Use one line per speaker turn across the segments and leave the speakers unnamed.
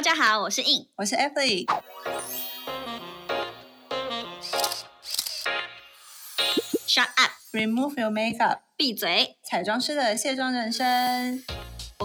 家好，我是 In。
我是 Emily。
Shut up，
Remove your makeup，
闭嘴。
彩妆师的卸妆人生。
我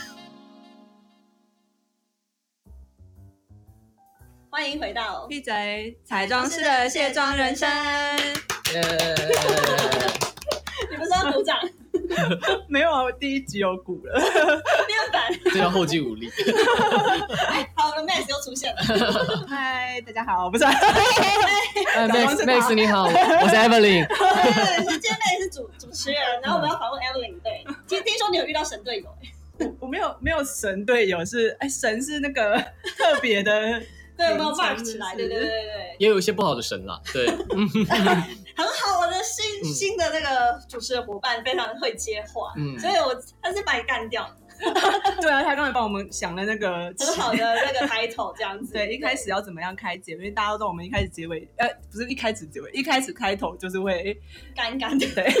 欢迎回 到
闭嘴！彩妆师的卸妆人生。
你不是要鼓掌
没有啊，我第一集有鼓了。
面板？
这叫后继无力。
好，我们 Max 又出现了。
嗨，大家好，我不是。啊
哎
假装
Max
是他
Max 你好，我是 Evelyn。
对，今天那也是主主持人，然后我们要访问 Evelyn。对，听听说你有遇到神队友，
我没有没有神队友是，哎，神是那个 特别 的，
对，我
凌
们有
晨
mark 起来，
是
对
不
对
是
对对
也有一些不好的神啦，对，
对，很好。我的新
嗯
新的那个主持的伙伴非常会接话，
嗯
所以我他是把你干掉，
对啊，他刚才帮我们想了那个
很好的那个 title 这样子。
对，一开始要怎么样开结，因为大家都知道我们一开始结尾，呃，不是一开始结尾，一开始开头就是会，
干干的，
对，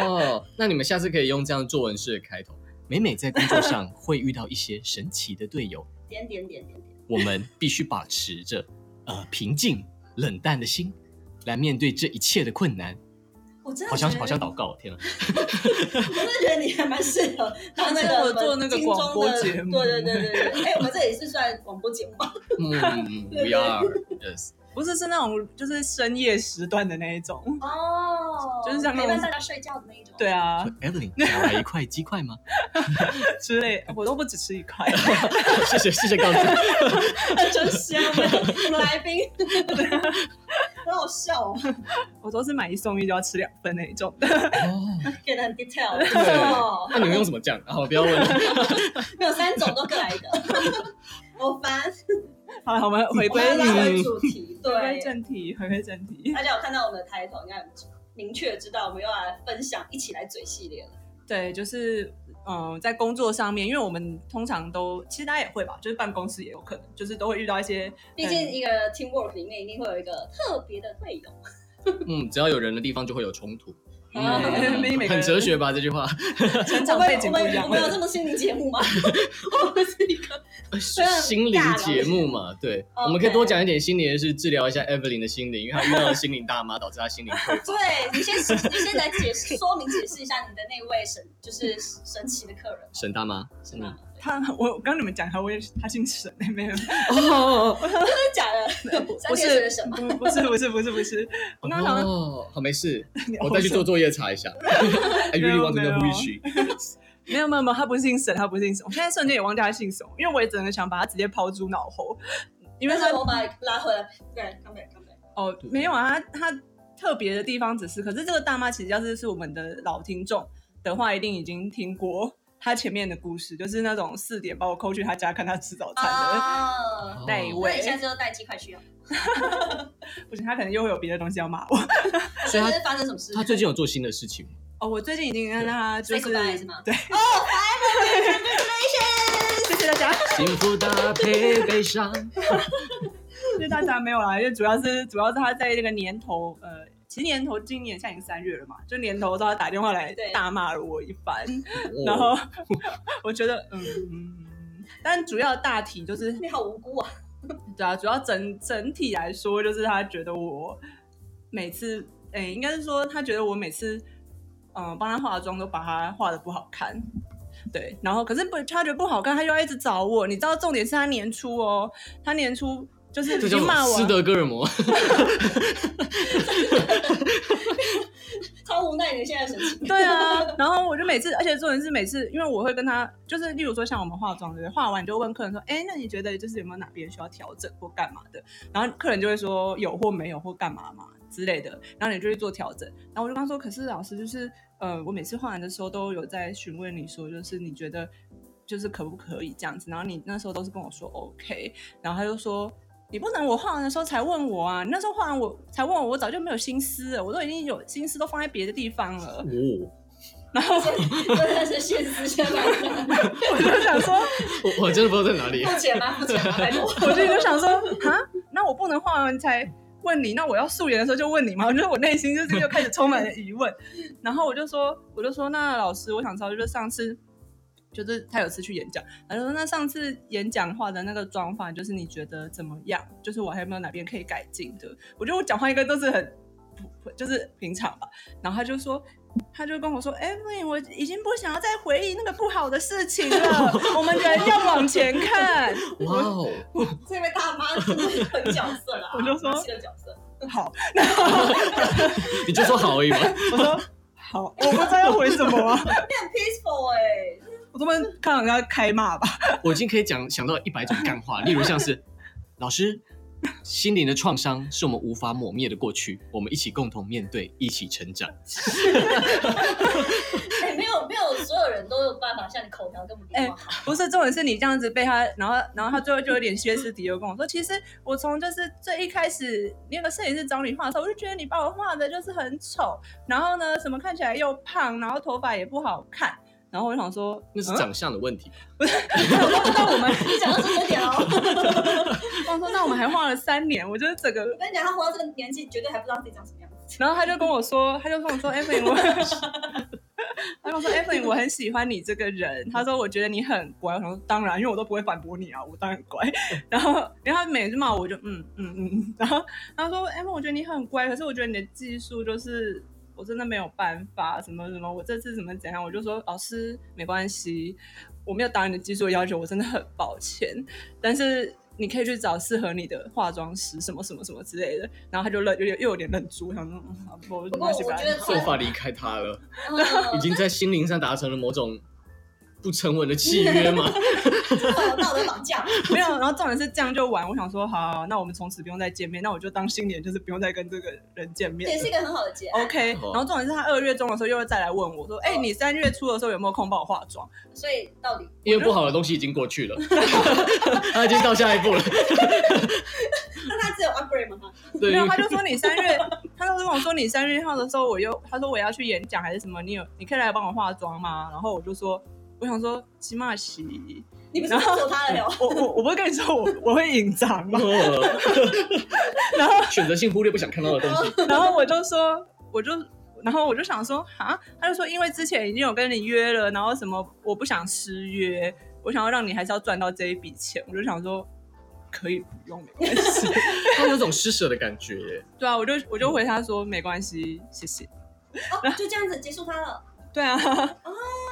哦，那你们下次可以用这样作文式的开头。每每在工作上会遇到一些神奇的队友，
点点点点点。
我们必须把持着呃平静冷淡的心来面对这一切的困难。
我真的
好像
觉得
好像祷告，天啊！
我真的觉得你还蛮适合当那
很适
个
合做那个
金钟的
广播节目
对对对对对，哎，我们这里是算广播节目吗？
嗯嗯嗯
对
，We are yes。
不是是那种就是深夜时段的那一种，
哦，
就是像那
陪
种
伴大家睡觉的那一种。
对啊
Evelyn，要来一块鸡块吗？
之类，我都不只吃一块，
谢谢谢谢告知。
真香， 来宾，很好笑哦，
我都是买一送一就要吃两份那一种，
哦，
给的很 detail，
对
哦，
啊那你们用什么酱？好，不要问了。
没有三种都各来一个， 我烦。
好了，我们回
我
归
们要拉回
你
主题，
回归
对，
正题，回归正题，
大家有看到我们的抬头，应该很明确知道我们又要来分享一起来嘴系列了。
对，就是。嗯，在工作上面，因为我们通常都，其实大家也会吧，就是办公室也有可能，就是都会遇到一些，
毕竟一个 teamwork 里面一定会有一个特别的队友，
嗯，只要有人的地方就会有冲 突。
啊
嗯
每每个人
很哲学吧这句话，
成
我
长
们
背景
我
不一
们
样
我们有这么心灵节 目吗？我们是一个
嗯
常
呃心灵节目嘛，对，
OK
我们可以多讲一点心灵的事，治疗一下 Evelyn 的心灵，因为她遇到了心灵大妈，导致她心灵匮乏。
对你先你先来解释说明解释一下你的那位神就是神奇的客人
沈大妈，
是吗？
他，我我跟你们讲他，我也他姓沈，没有，
哦
真的假的？三
不
点水
是
的什么？
不不是不是不是不 是，我刚刚想
哦，好没事，
到
我再去做作业查 一下。I really want to
没有
know
没有
who is she。
没有没有没有，他不姓沈，他不姓沈。我现在瞬间也忘记他姓什么，因为我也整个想把他直接抛诸脑后，因为
但
他
是我把它拉回来，对，come back，come back。
哦没有啊，他他特别的地方只是，可是这个大妈其实要是是我们的老听众的话，一定已经听过他前面的故事，就是那种四点把我扣去他家看他吃早餐的
啊，
那一
哦
那
位
你，下次就带鸡块去哦。
不行，他可能又会有别的东西要骂我。
所以她
这是发生什么事？
她最近有做新的事情吗？
哦，我最近已经跟他就
say
是
goodbye 是吗？哦
对，谢谢大家。
幸福搭配悲伤，
就大家没有啦，因为主要是主要是他在那个年头，呃，其实年头今年现在已经三月了嘛，就年头的时候他打电话来
对
大骂了我一番，
哦
然后 我觉得嗯嗯，嗯但主要大体就是
你好无辜啊！
对啊，主要整整体来说就是他觉得我每次，诶、应该是说他觉得我每次，嗯、帮他化妆都把他化的不好看。对，然后可是不，他觉得不好看，他就要一直找我。你知道重点是他年初哦，他年初就是
这
已
叫
经骂我
斯
了，
德哥尔摩。
超无奈你现在的神情。
对啊，然后我就每次，而且重点是每次，因为我会跟他，就是例如说像我们化妆对不对？化完就问客人说，哎，那你觉得就是有没有哪边需要调整或干嘛的？然后客人就会说有或没有或干嘛嘛之类的，然后你就去做调整。然后我就跟他说，可是老师就是，呃，我每次化完的时候都有在询问你说，就是你觉得就是可不可以这样子？然后你那时候都是跟我说 OK，然后他就说。你不能我画完的时候才问我啊！你那时候画完我才问我，我早就没有心思了，我都已经有心思都放在别的地方了。
哦，
真的是现实现在
我就想说，
我我真的不知道在 哪里。
付钱吗？付钱吗？拜托。
我就就想说，啊，那我不能画完才问你，那我要素颜的时候就问你吗？就是我内心就是又开始充满了疑问， 然后我就说，我就说，那老师，我想知道，就是上次。就是他有次去演讲，他就说那上次演讲话的那个妆法，就是你觉得怎么样？就是我还有没有哪边可以改进的？我觉得我讲话应该都是很普，就是平常吧。然后他就说，他就跟我说：“Evelyn，我已经不想要再回忆那个不好的事情了， 我们人要往前看。”
哇哦，
这位大妈真的很角色啦，
我就说
是个角色。
好，
你就说好而已嘛。
我说好，我不知道要回什么、啊，
你很 peaceful 哎、
我这么看人家开骂吧。
我已经可以讲想到一百种干话，例如像是 老师，心灵的创伤是我们无法抹灭的过去，我们一起共同面对，一起成长。
哎、没有没有，所有人都有办法像你口条这么
哎
厉害。
不是，重点是你这样子被他，然后然后他最后就有点歇斯底里地跟我说，其实我从就是最一开始那个摄影师找你画的时候，我就觉得你把我画的就是很丑，然后呢，什么看起来又胖，然后头发也不好看，然后我就想说，
那是
嗯
长相的问 题吧。
那我们，
你讲到这个点哦，
我说那我们还画了三年，我就是整个
我跟你讲，他活到这个年纪，绝对还不知道自己长什么样子。
然后他就跟我说，他就跟我说，Evelyn，我， 他跟我说 Evelyn，我很喜欢你这个人。他说我觉得你很乖，我想说当然，因为我都不会反驳你啊，我当然乖。 然后，然后他每次骂我，我就嗯嗯嗯嗯。 然后他说 Evelyn，我觉得你很乖，可是我觉得你的技术就是。我真的没有办法，什么什么，我这次怎么怎样，我就说老师没关系，我没有达到你的技术的要求，我真的很抱歉。但是你可以去找适合你的化妆师，什么什么什么之类的。然后他就愣，有点又有点愣住，我想说，嗯，好我没
不过
关系，
我
反
觉
正
得
做法离开他了，
嗯
已经在心灵上达成了某种不成文的契约 嘛。
道德道德绑架。
没有。然后重点是这样就完，我想说，好好，那我们从此不用再见面，那我就当新年，就是不用再跟这个人见
这也
面
是
了。
一个很好的结案
OK，然后重点是他二月中的时候又再来问我说：“哎、你三月初的时候有没有空帮我化妆
所以到底
因为不好的东西已经过去了， 他已经到下一 步了。
那他只有 upgrade 吗？？”
对，
没有，他就说你三月，他就跟我说你三月一号的时候，我又他说我要去演讲还是什么，你有你可以来帮我化妆吗？然后我就说，我想说起码洗，
你不是告诉他了哟？
我我我不是跟你说我我会隐藏吗？
然后选择性忽略不想看到的东 西，
然后我就说，我就，然后我就想说，啊，他就说，因为之前已经有跟你约了，然后什么我不想失约，我想要让你还是要赚到这一笔钱，我就想说，可以不用没关系，
他有种施舍的感觉耶。
对啊，我就我就回他说没关系，谢谢，
哦，就这样子结束他了。
对啊，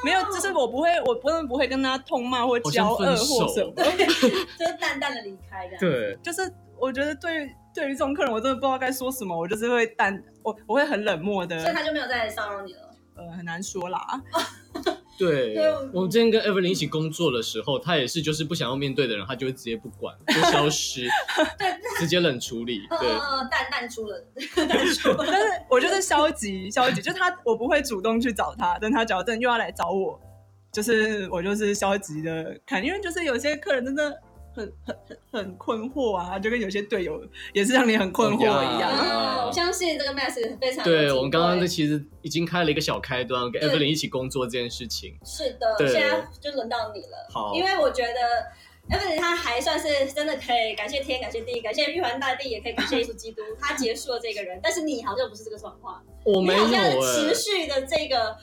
没
哦
有，就是我不会，我不能不会跟他痛骂或
好
骄
像
傲
分手
或什么，
就是淡淡的离开的。
对，
就是我觉得对于对于这种客人，我真的不知道该说什么，我就是会淡，我我会很冷漠的
所以，他就没有再来骚扰你了。
呃，很难说啦，
对
对，啊
我们之前跟 Evelyn 一起工作的时候，他也是就是不想要面对的人，他就会直接不管， 就消失，直接冷处理。
嗯
对
嗯，嗯，淡淡出了，淡出了。
但是我就是消极，消极，就是他，我不会主动去找他，但他只要真的又要来找我，就是我就是消极的看，因为就是有些客人真的很很很很困惑啊，就跟有些队友也是让你很困惑一样。
哎 呀
嗯，我相信这个 Max 非常有体
对，
会
我们刚刚这其实已经开了一个小开端，跟
对
Evelyn 一起工作这件事情。
是的，
对
现在就轮到你了。
好
因为我觉得 Evan 他还算是真的可以感谢天，感谢地，感谢玉皇大帝，也可以感谢耶稣基督，他结束了这个人。但是你好像不是这个状况，
我没
你好
有
像
哎，
持续的这个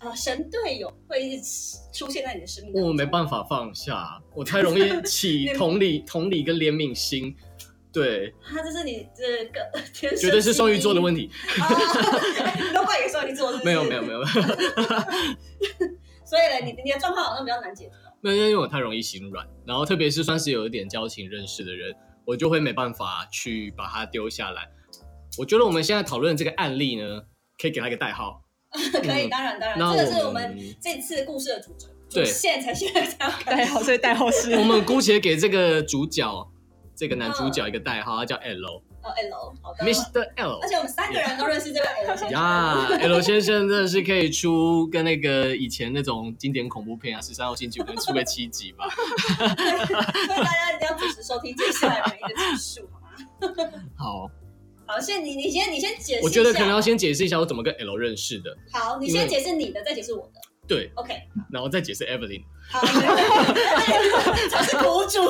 呃神队友会一直出现在你的生命当中。
我没办法 放下，我太容易起同理、同理跟怜悯心。对，
他啊这是你这个天生
绝对是双鱼座的问
题。
题。
啊你都怪给双鱼座是不是
没有，没有，没。有，
所以呢，你你的状况好像比较难解决。
没有，因为我太容易心软，然后特别是算是有一点交情认识的人，我就会没办法去把它丢下来。我觉得我们现在讨论这个案例呢，可以给他一个代号。
可以，
嗯
当然，当然，
那
这个是
我
我
们
们这次故事的主轴。
对
主线才现在这样看
代号，所以代号是
我们姑且给这个主角，这个男主角一个代号，他叫 L。
哦 L，好的。
Mr. L
而。且我们三个人都认识这个 L 先生。
呀，L 先生真的是可以出跟那个以前那种经典恐怖片啊，《十三号星期五》可能出个七集吧。
所以大家一定要准时收听接下来每一个集数，好吗？
好，
好，现在你你先你先解释一下，
我觉得可能要先解释一下我怎么跟 L 认识的，
好，你先解释你的，再解释我的
对，
，OK？
然后再解释 Evelyn。
好， 他是苦主，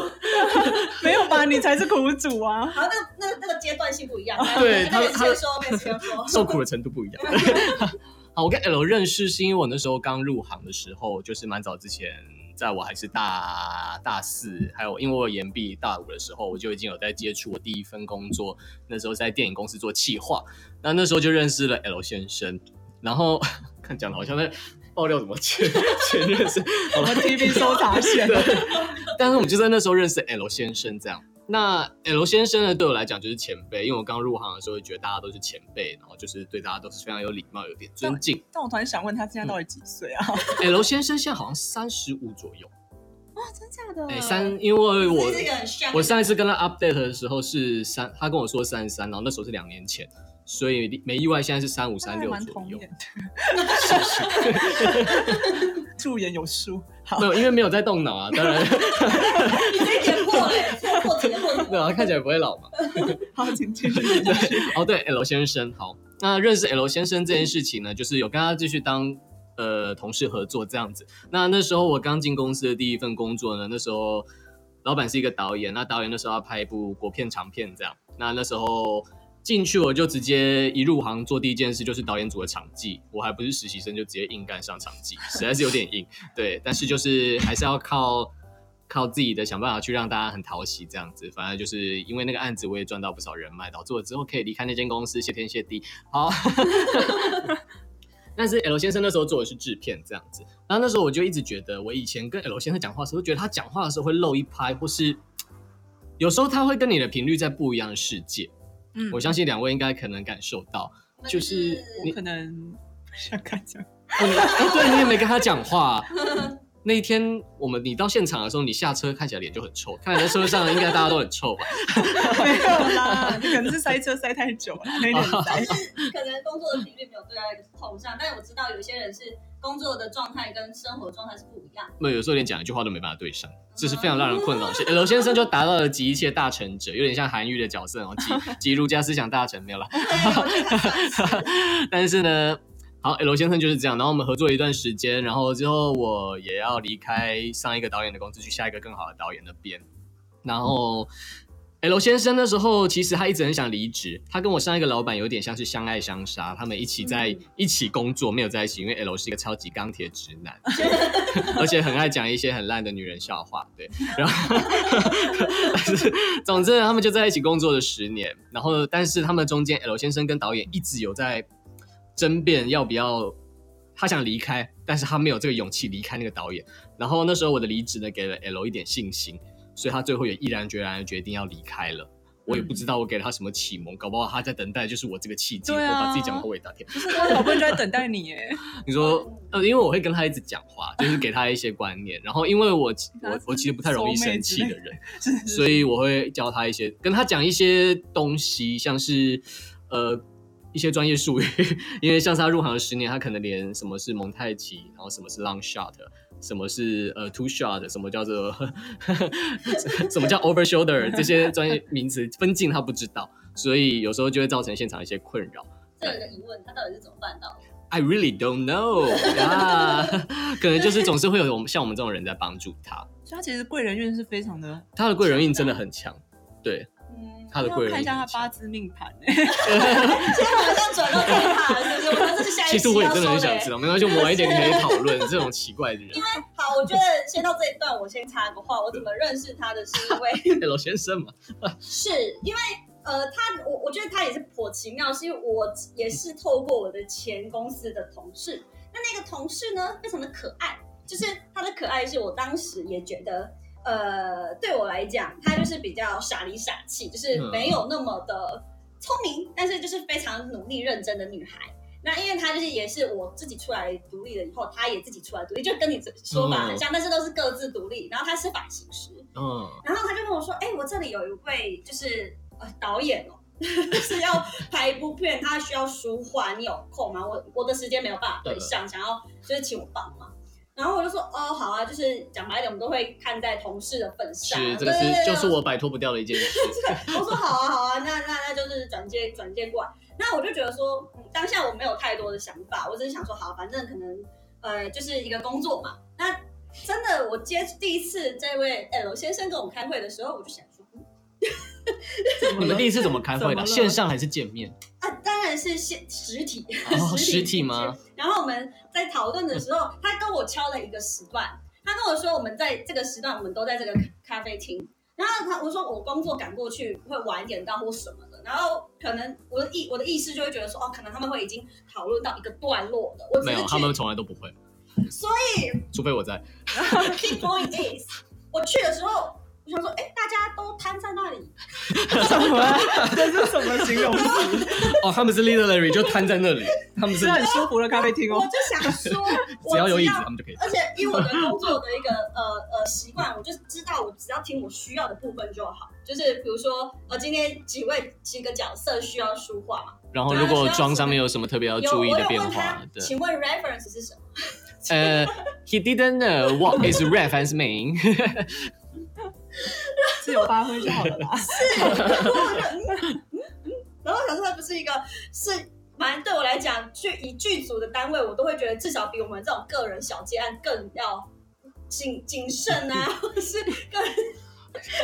没有吧？你才是苦主啊！
好，那那那个阶段性不一样，
对
那
他
你先说，那你先 说，
受苦的程度不一样。好，我跟 L 认识是因为我那时候刚入行的时候，就是蛮早之前，在我还是大大四，还有因为我有延毕大五的时候，我就已经有在接触我第一份工作，那时候在电影公司做企划，那那时候就认识了 L 先生，然后 看讲的好像在爆料什么前前任是，
我
好了
们 TV 搜查线，
但是我们就在那时候认识 L 先生这样。那 L 先生呢，对我来讲就是前辈，因为我刚入行的时候，觉得大家都是前辈，然后就是对大家都是非常有礼貌、有点 尊敬。
但我突然想问他现在到底几岁
嗯
啊？
L 先生现在好像三十五左右，
哇，真假的？
哎、三，因为我
这个很像，
我上一次跟他 update 的时候是三，他跟我说三十三，然后那时候是两年前，所以没意外现在是三五
那还
三六
蛮
左
童
右。
颜的， 驻颜有术。好，
没有，因为没有在动脑啊，当然，
你这一点过了，错过题的过程，
对啊，看起来不会老嘛。
好，请继 续。
哦，对，L 先生，好，那认识 L 先生这件事情呢，就是有跟他继续当呃同事合作这样子。那那时候我刚进公司的第一份工作呢，那时候老板是一个导演，那导演那时候要拍一部国片长片这样。那那时候进去我就直接一入行做第一件事就是导演组的场记，我还不是实习生就直接硬干上场记，实在是有点硬。对，但是就是还是要靠。靠自己的想办法去让大家很讨喜，这样子，反正就是因为那个案子，我也赚到不少人脉，导致我之后可以离开那间公司，谢天谢地。好， 但是 L 先生那时候做的是制片这样子，然后那时候我就一直觉得，我以前跟 L 先生讲话的时候，觉得他讲话的时候会漏一拍，或是有时候他会跟你的频率在不一样的世界。
嗯
我相信两位应该可能感受到，就是你
可能不想看讲，
哦，你哦，对你也没跟他讲话。啊那一天我们你到现场的时候，你下车看起来脸就很臭，看来在车上应该大家都很臭吧？
没有啦，可能是塞车塞太久了，那 点塞。
可能工作的频率没有对到一个头上，但我知道有些人是工作的状态跟生活状态是不一 样的，
那有时候连讲一句话都没办法对上，这是非常让人困扰的事。刘先生就达到了集一切大成者，有点像韩愈的角色哦，集集儒家思想大成没有啦。 但是呢，好，L 先生就是这样。然后我们合作一段时间，然后之后我也要离开上一个导演的公司，去下一个更好的导演那边。然后 L 先生那时候其实他一直很想离职，他跟我上一个老板有点像是相爱相杀，他们一起在、
嗯
一起工作，没有在一起，因为 L 是一个超级钢铁直男，而且很爱讲一些很烂的女人笑话，对。然后，但是 总之呢他们就在一起工作了十年，然后但是他们中间 L 先生跟导演一直有在争辩要不要。他想离开，但是他没有这个勇气离开那个导演。然后那时候我的离职呢，给了 L 一点信心，所以他最后也毅然决然的决定要离开了。我也不知道我给了他什么启蒙，搞不好他在等待就是我这个契机，
对啊
我把自己讲到伟大天。
我好不容易就在等待你耶，
你说，呃，因为我会跟他一直讲话，就是给他一些观念。然后因为我我我其实不太容易生气的人，所以我会教他一些，跟他讲一些东西，像是呃一些专业术语， 因为像是他入行了十年，他可能连什么是蒙太奇，然后什么是 long shot，什么是呃 two shot，什么叫做 什么叫 over shoulder 这些专业名词分镜他不知道，所以有时候就会造成现场一些困扰。
这有一个疑问，他到底是怎么办到的？
I really don't know 啊，可能就是总是会有我们像我们这种人在帮助他，
所以他其实贵人运是非常的。
他的贵人运真的很强，对，
嗯，
他的
要
贵人运
看一下他
很强
八字命盘 耶，
现在马上转到这一趴了，是不是？我们这是下一
其实
期
我也
要
真的
说
很
的欸
想
耶
知道，没关系，我们晚一点 可以讨论这种奇怪的人。
好，我觉得先到这一段，我先插个话，我怎么认识他的是因为
Hello 哎先生嘛，
是因为呃，他我我觉得他也是颇奇妙，是因为我也是透过我的前公司的同事，那那个同事呢非常的可爱，就是他的可爱是我当时也觉得。呃，对我来讲，他就是比较傻里傻气，就是没有那么的聪明，但是就是非常努力认真的女孩。那因为她就是也是我自己出来独立了以后，她也自己出来独立，就跟你这说法很像，但是都是各自独立。然后她是发型师，
嗯，
然后他就跟我说：“哎、我这里有一位就是呃导演哦， 就是要拍一部片，他需要书画，你有空吗？我我的时间没有办法对上，想要就是请我帮忙。然后我就说哦，好啊，就是讲白一点，我们都会看在同事的份上啊。
是这
对
个
对
是
对
就是我摆脱不掉的一 件事。
我说好啊好啊，那那那就是转接转接过来。那我就觉得说，嗯，当下我没有太多的想法，我只是想说，好，反正可能呃就是一个工作嘛。那真的，我接第一次这位 L 先生跟我们开会的时候，我就想说，嗯
你们第一次怎么开会
怎么
的？
了
线上还是见面？
啊，当然是现 实体，
哦，
实
实
体
体吗？？
然后我们在讨论的时候，他跟我敲了一个时段，他跟我说我们在这个时段，我们都在这个咖啡厅。然后他我说我工作赶过去会晚一点到或什么的，然后可能我的意我的意识就会觉得说哦，可能他们会已经讨论到一个段落了。我只
没
是
有，他
去
们从来都不会。
所
以，除非我在，
keep going is，我 去的时候我想说，哎，大家都瘫在那 里，
什么？ 这是什么形容词？
哦，他们是 literally 就瘫在那里，他们是
是很舒服的咖啡厅
我
哦。
就想说，我
只要有椅子他们就可以坐。
而且以我的工作的一个呃呃习惯，我就知道我只要听我需要的部分就好。就是比如说，呃，今天几位几个角色需要书画嘛？
然后如果妆上面有什么特别要
有
注
我
意的
有
变
问
化
他，，
对，
请问 reference 是什么？
呃，He didn't know what is reference mean 。
自由发挥就好了 啦。
然后想说，它不是一个是。反正对我来讲，去以剧组的单位，我都会觉得至少比我们这种个人小接案更要谨谨慎啊， 或者是更……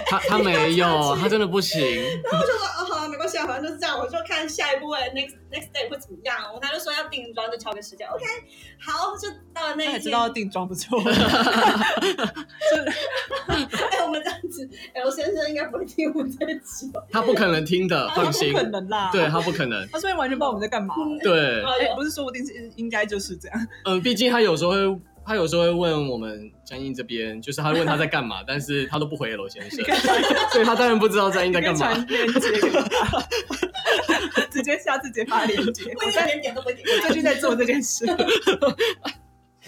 他他没有，他真的不行。
然后我就说哦，好、啊，没关系啊，反正就是这样，我就看下一步的 next next day 会怎么样。啊我他就说要定妆，就敲个时间，OK，好，就到了那一
他也
天。
知道定妆不错，
哎、我们这样子，L 先生应该不会听我们这一集吧？
他不可能听的，
他
放
哦不
心
可，能啦。
对，他嗯不可能。
他说明完全不知道我们在干嘛。
对，
哎、
哎，不是，说不定是应该 就是这样。
嗯，毕竟他有时候会，他有时候会问我们詹印这边，就是他问他在干嘛，但是他都不回罗先生，所以他当然不知道詹印在
可
干
以
嘛。
传链接给他，直接下次直接发链 接。
我
哎我
一
在
点点都不听。
最近在做这件 事，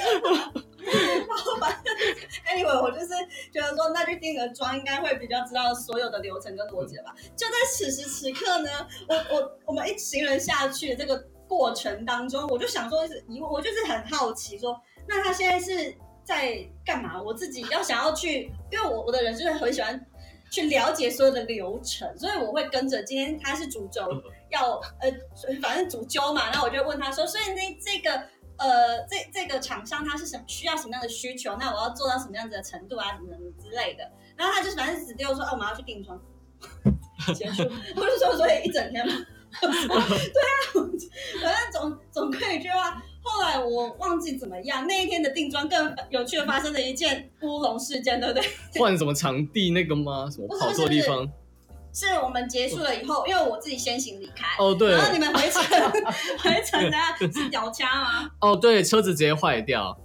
然后反正 anyway，我就是觉得说，那就定个妆，应该会比较知道所有的流程跟逻辑了吧。就在此时此刻呢，我我我们一行人下去这个过程当中，我就想说是疑问，我就是很好奇说，那他现在是在干嘛？我自己要想要去，因为我我的人就是很喜欢。去了解所有的流程，所以我会跟着今天他是主轴要呃，反正主揪嘛，然后我就问他说，所以那这个呃，这这个厂商他是什么需要什么样的需求，那我要做到什么样子的程度啊，什么什么之类的。然后他就是反正只丢说，哦、我们要去定妆，结束。 我就说，所以一整天嘛。 对啊，反正总总归一句话。后来我忘记怎么样，那一天的定妆更有趣的发生了一件乌龙事件，对不对？
换什么场地那个吗？什么跑错地方？
是我们结束了以后，因为我自己先行离开，
哦，对
然，后你们回程 回程呢是脚掐吗？
哦，对，车子直接坏掉，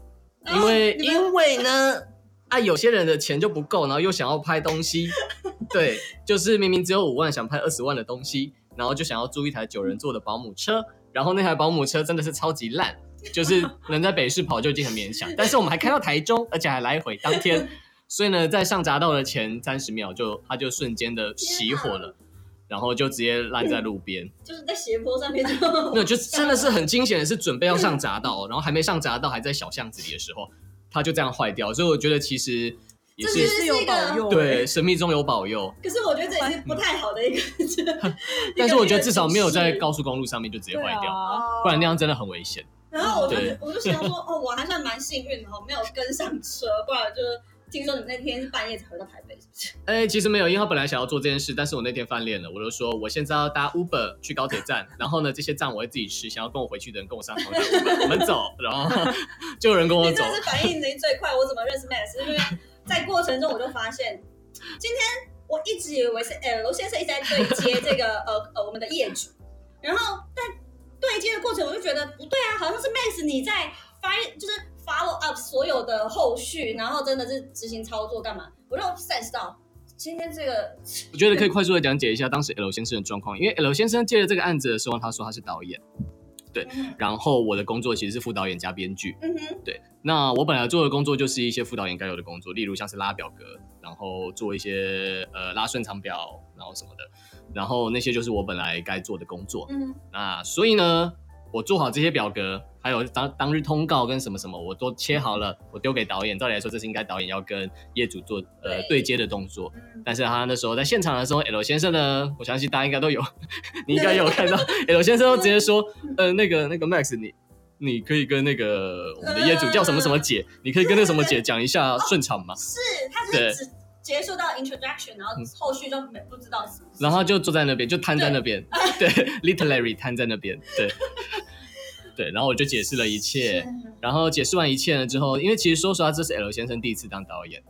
然
因
后
为
哦你们
因为呢，啊，有些人的钱就不够，然后又想要拍东西， 对，就是明明只有五万，想拍二十万的东西，然后就想要租一台九人座的保姆车，然后那台保姆车真的是超级烂，就是能在北市跑就已经很勉强，但是我们还开到台中，而且还来回当天， 所以呢，在上匝道的前三十秒就它就瞬间的熄火
啊
了，然后就直接烂在路边。
就是在斜坡上面就
没有，就真的是很惊险的，是准备要上匝道，然后还没上匝道，还在小巷子里的时候，它就这样坏掉。所以我觉得其实也
这
是
是
有保佑。
对，神秘中有保佑，
可是我觉得这也是不太好的一个，
但是我觉得至少没有
一
在
个
高速公路上面就直接
对
坏掉，
啊，
哦
不然那样真的很危险。
然后我就
对
我就想说，哦，我还算蛮幸运的哦，没有跟上车，不然就是听说你那天是半夜才回到台北，是不是？
哎，其实没有，因为他本来想要做这件事，但是我那天翻脸了，我就说我现在要搭 Uber 去高铁站，然后呢这些站我会自己吃，想要跟我回去的人跟我上同一台 Uber，我们走，然后就有人跟我
你
走
真的，是反应力最快，我怎么认识 Max？因为在过程中我就发现，今天我一直以为是呃罗先生一直在对接这个呃呃我们的业主，然后但对接的过程我就觉得不对啊，好像是 Max 你在发就是 follow up 所有的后续，然后真的是执行操作干嘛？我就 sense 到今天这个
我觉得可以快速的讲解一下当时 L 先生的状况，因为 L 先生接了这个案子的时候，他说他是导演。
嗯
然后我的工作其实是副导演加编剧。
嗯哼
那我本来做的工作就是一些副导演该有的工作，例如像是拉表格，然后做一些呃拉顺长表，然后什么的。然后那些就是我本来该做的工作。
嗯，
那所以呢，我做好这些表格，还有当当日通告跟什么什么，我都切好了，我丢给导演。照理来说，这是应该导演要跟业主做呃
对
对接的动作。
嗯
但是他那时候在现场的时候，L 先生呢，我相信大家应该都有， 你应该有看到，L 先生都直接说，呃，那个那个 Max 你。你可以跟那个我们的业主叫什么什么姐，你可以跟那什么姐讲一下顺畅吗？
是他
对嗯
是只结束到 introduction，然后后续就没不知道什么事。
然后他就坐在那边，就瘫在那边，对，literally 瘫在那边，对，对，然后我就解释了一切，然后解释完一切了之后，因为其实说实话，这是 L 先生第一次当导演，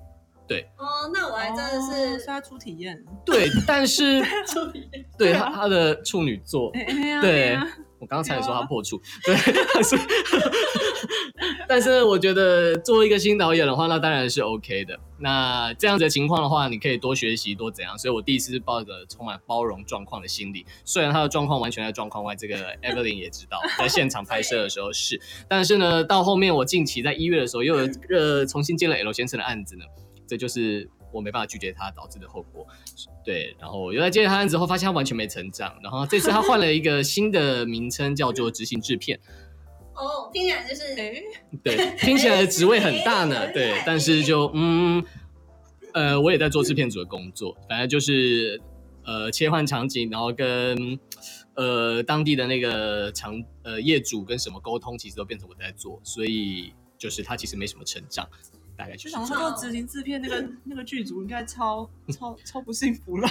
哦，那我还真的
哦
是
所以他初体验，
对，但是
注意，
对
对
他
啊
他的处女座，
哎哎呀
对
哎呀
我刚刚才也说
有啊
他破处，对，但是但是我觉得作为一个新导演的话，那当然是 OK 的。那这样子的情况的话，你可以多学习多怎样。所以我第一次是抱着充满包容状况的心理，虽然他的状况完全在状况外，这个 Evelyn 也知道，在现场拍摄的时候是，但是呢，到后面我近期在一月的时候又有呃重新接了 L 先生的案子呢，这就是我没办法拒绝他导致的后果。对，然后我又在接了他案子后，发现他完全没成长。然后这次他换了一个新的名称，叫做执行制片。
哦，听起来就是
哎，
对，听起来职位很大呢。对，但是就嗯，呃，我也在做制片组的工作，反正就是呃切换场景，然后跟呃当地的那个场呃业主跟什么沟通，其实都变成我在做，所以就是他其实没什么成长，大概
就
就是
想
这
说
样。
做执行制片那个那个剧组应该 超超超不幸福了。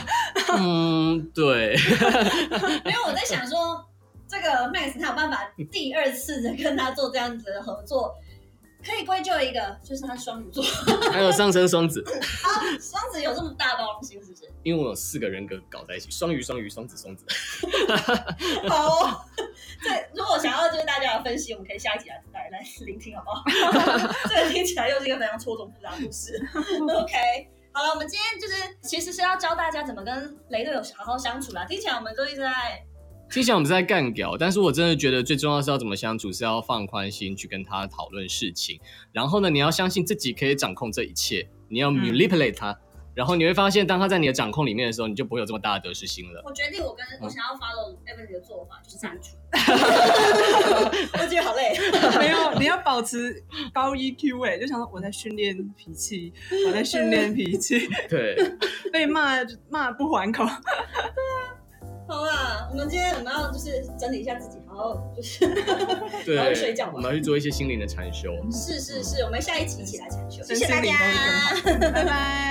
嗯，对，
没有，我在想说， 这个 Max 他有办法第二次的跟他做这样子的合作，可以归咎一个，就是他双鱼座，
还有上升双子。
双子有这么大包容心是不是？
因为我有四个人格搞在一起，双鱼、双鱼、双子、双子。
好、哦， 对，如果想要就是大家的分析，我们可以下一集来来来聆听好不好？这个听起来又是一个非常错综复杂的故事。OK。好了，我们今天就是其实是要教大家怎么跟雷队友好好相处啦。听起来我们都一直在
听起来我们是在干屌，但是我真的觉得最重要是要怎么相处，是要放宽心去跟他讨论事情。然后呢，你要相信自己可以掌控这一切，你要
嗯
manipulate 他。然后你会发现，当他在你的掌控里面的时候，你就不会有这么大的得失心 了。
我决定，我跟我想要 follow Evan 的做法就是删除。我觉得好累。
没有，你要保持高 EQ 哎、就想说我在训练脾气，我在训练脾气，
对，
被骂就骂不还口。
好啦，我们今天我们要就是整理一下自己，然后就是然后就
对，
睡觉吧
我们要去做一些心灵的禅修。
是是是，我们下一期一起来禅修，谢
身
谢
心
大
灵都会
家。
更好。拜拜。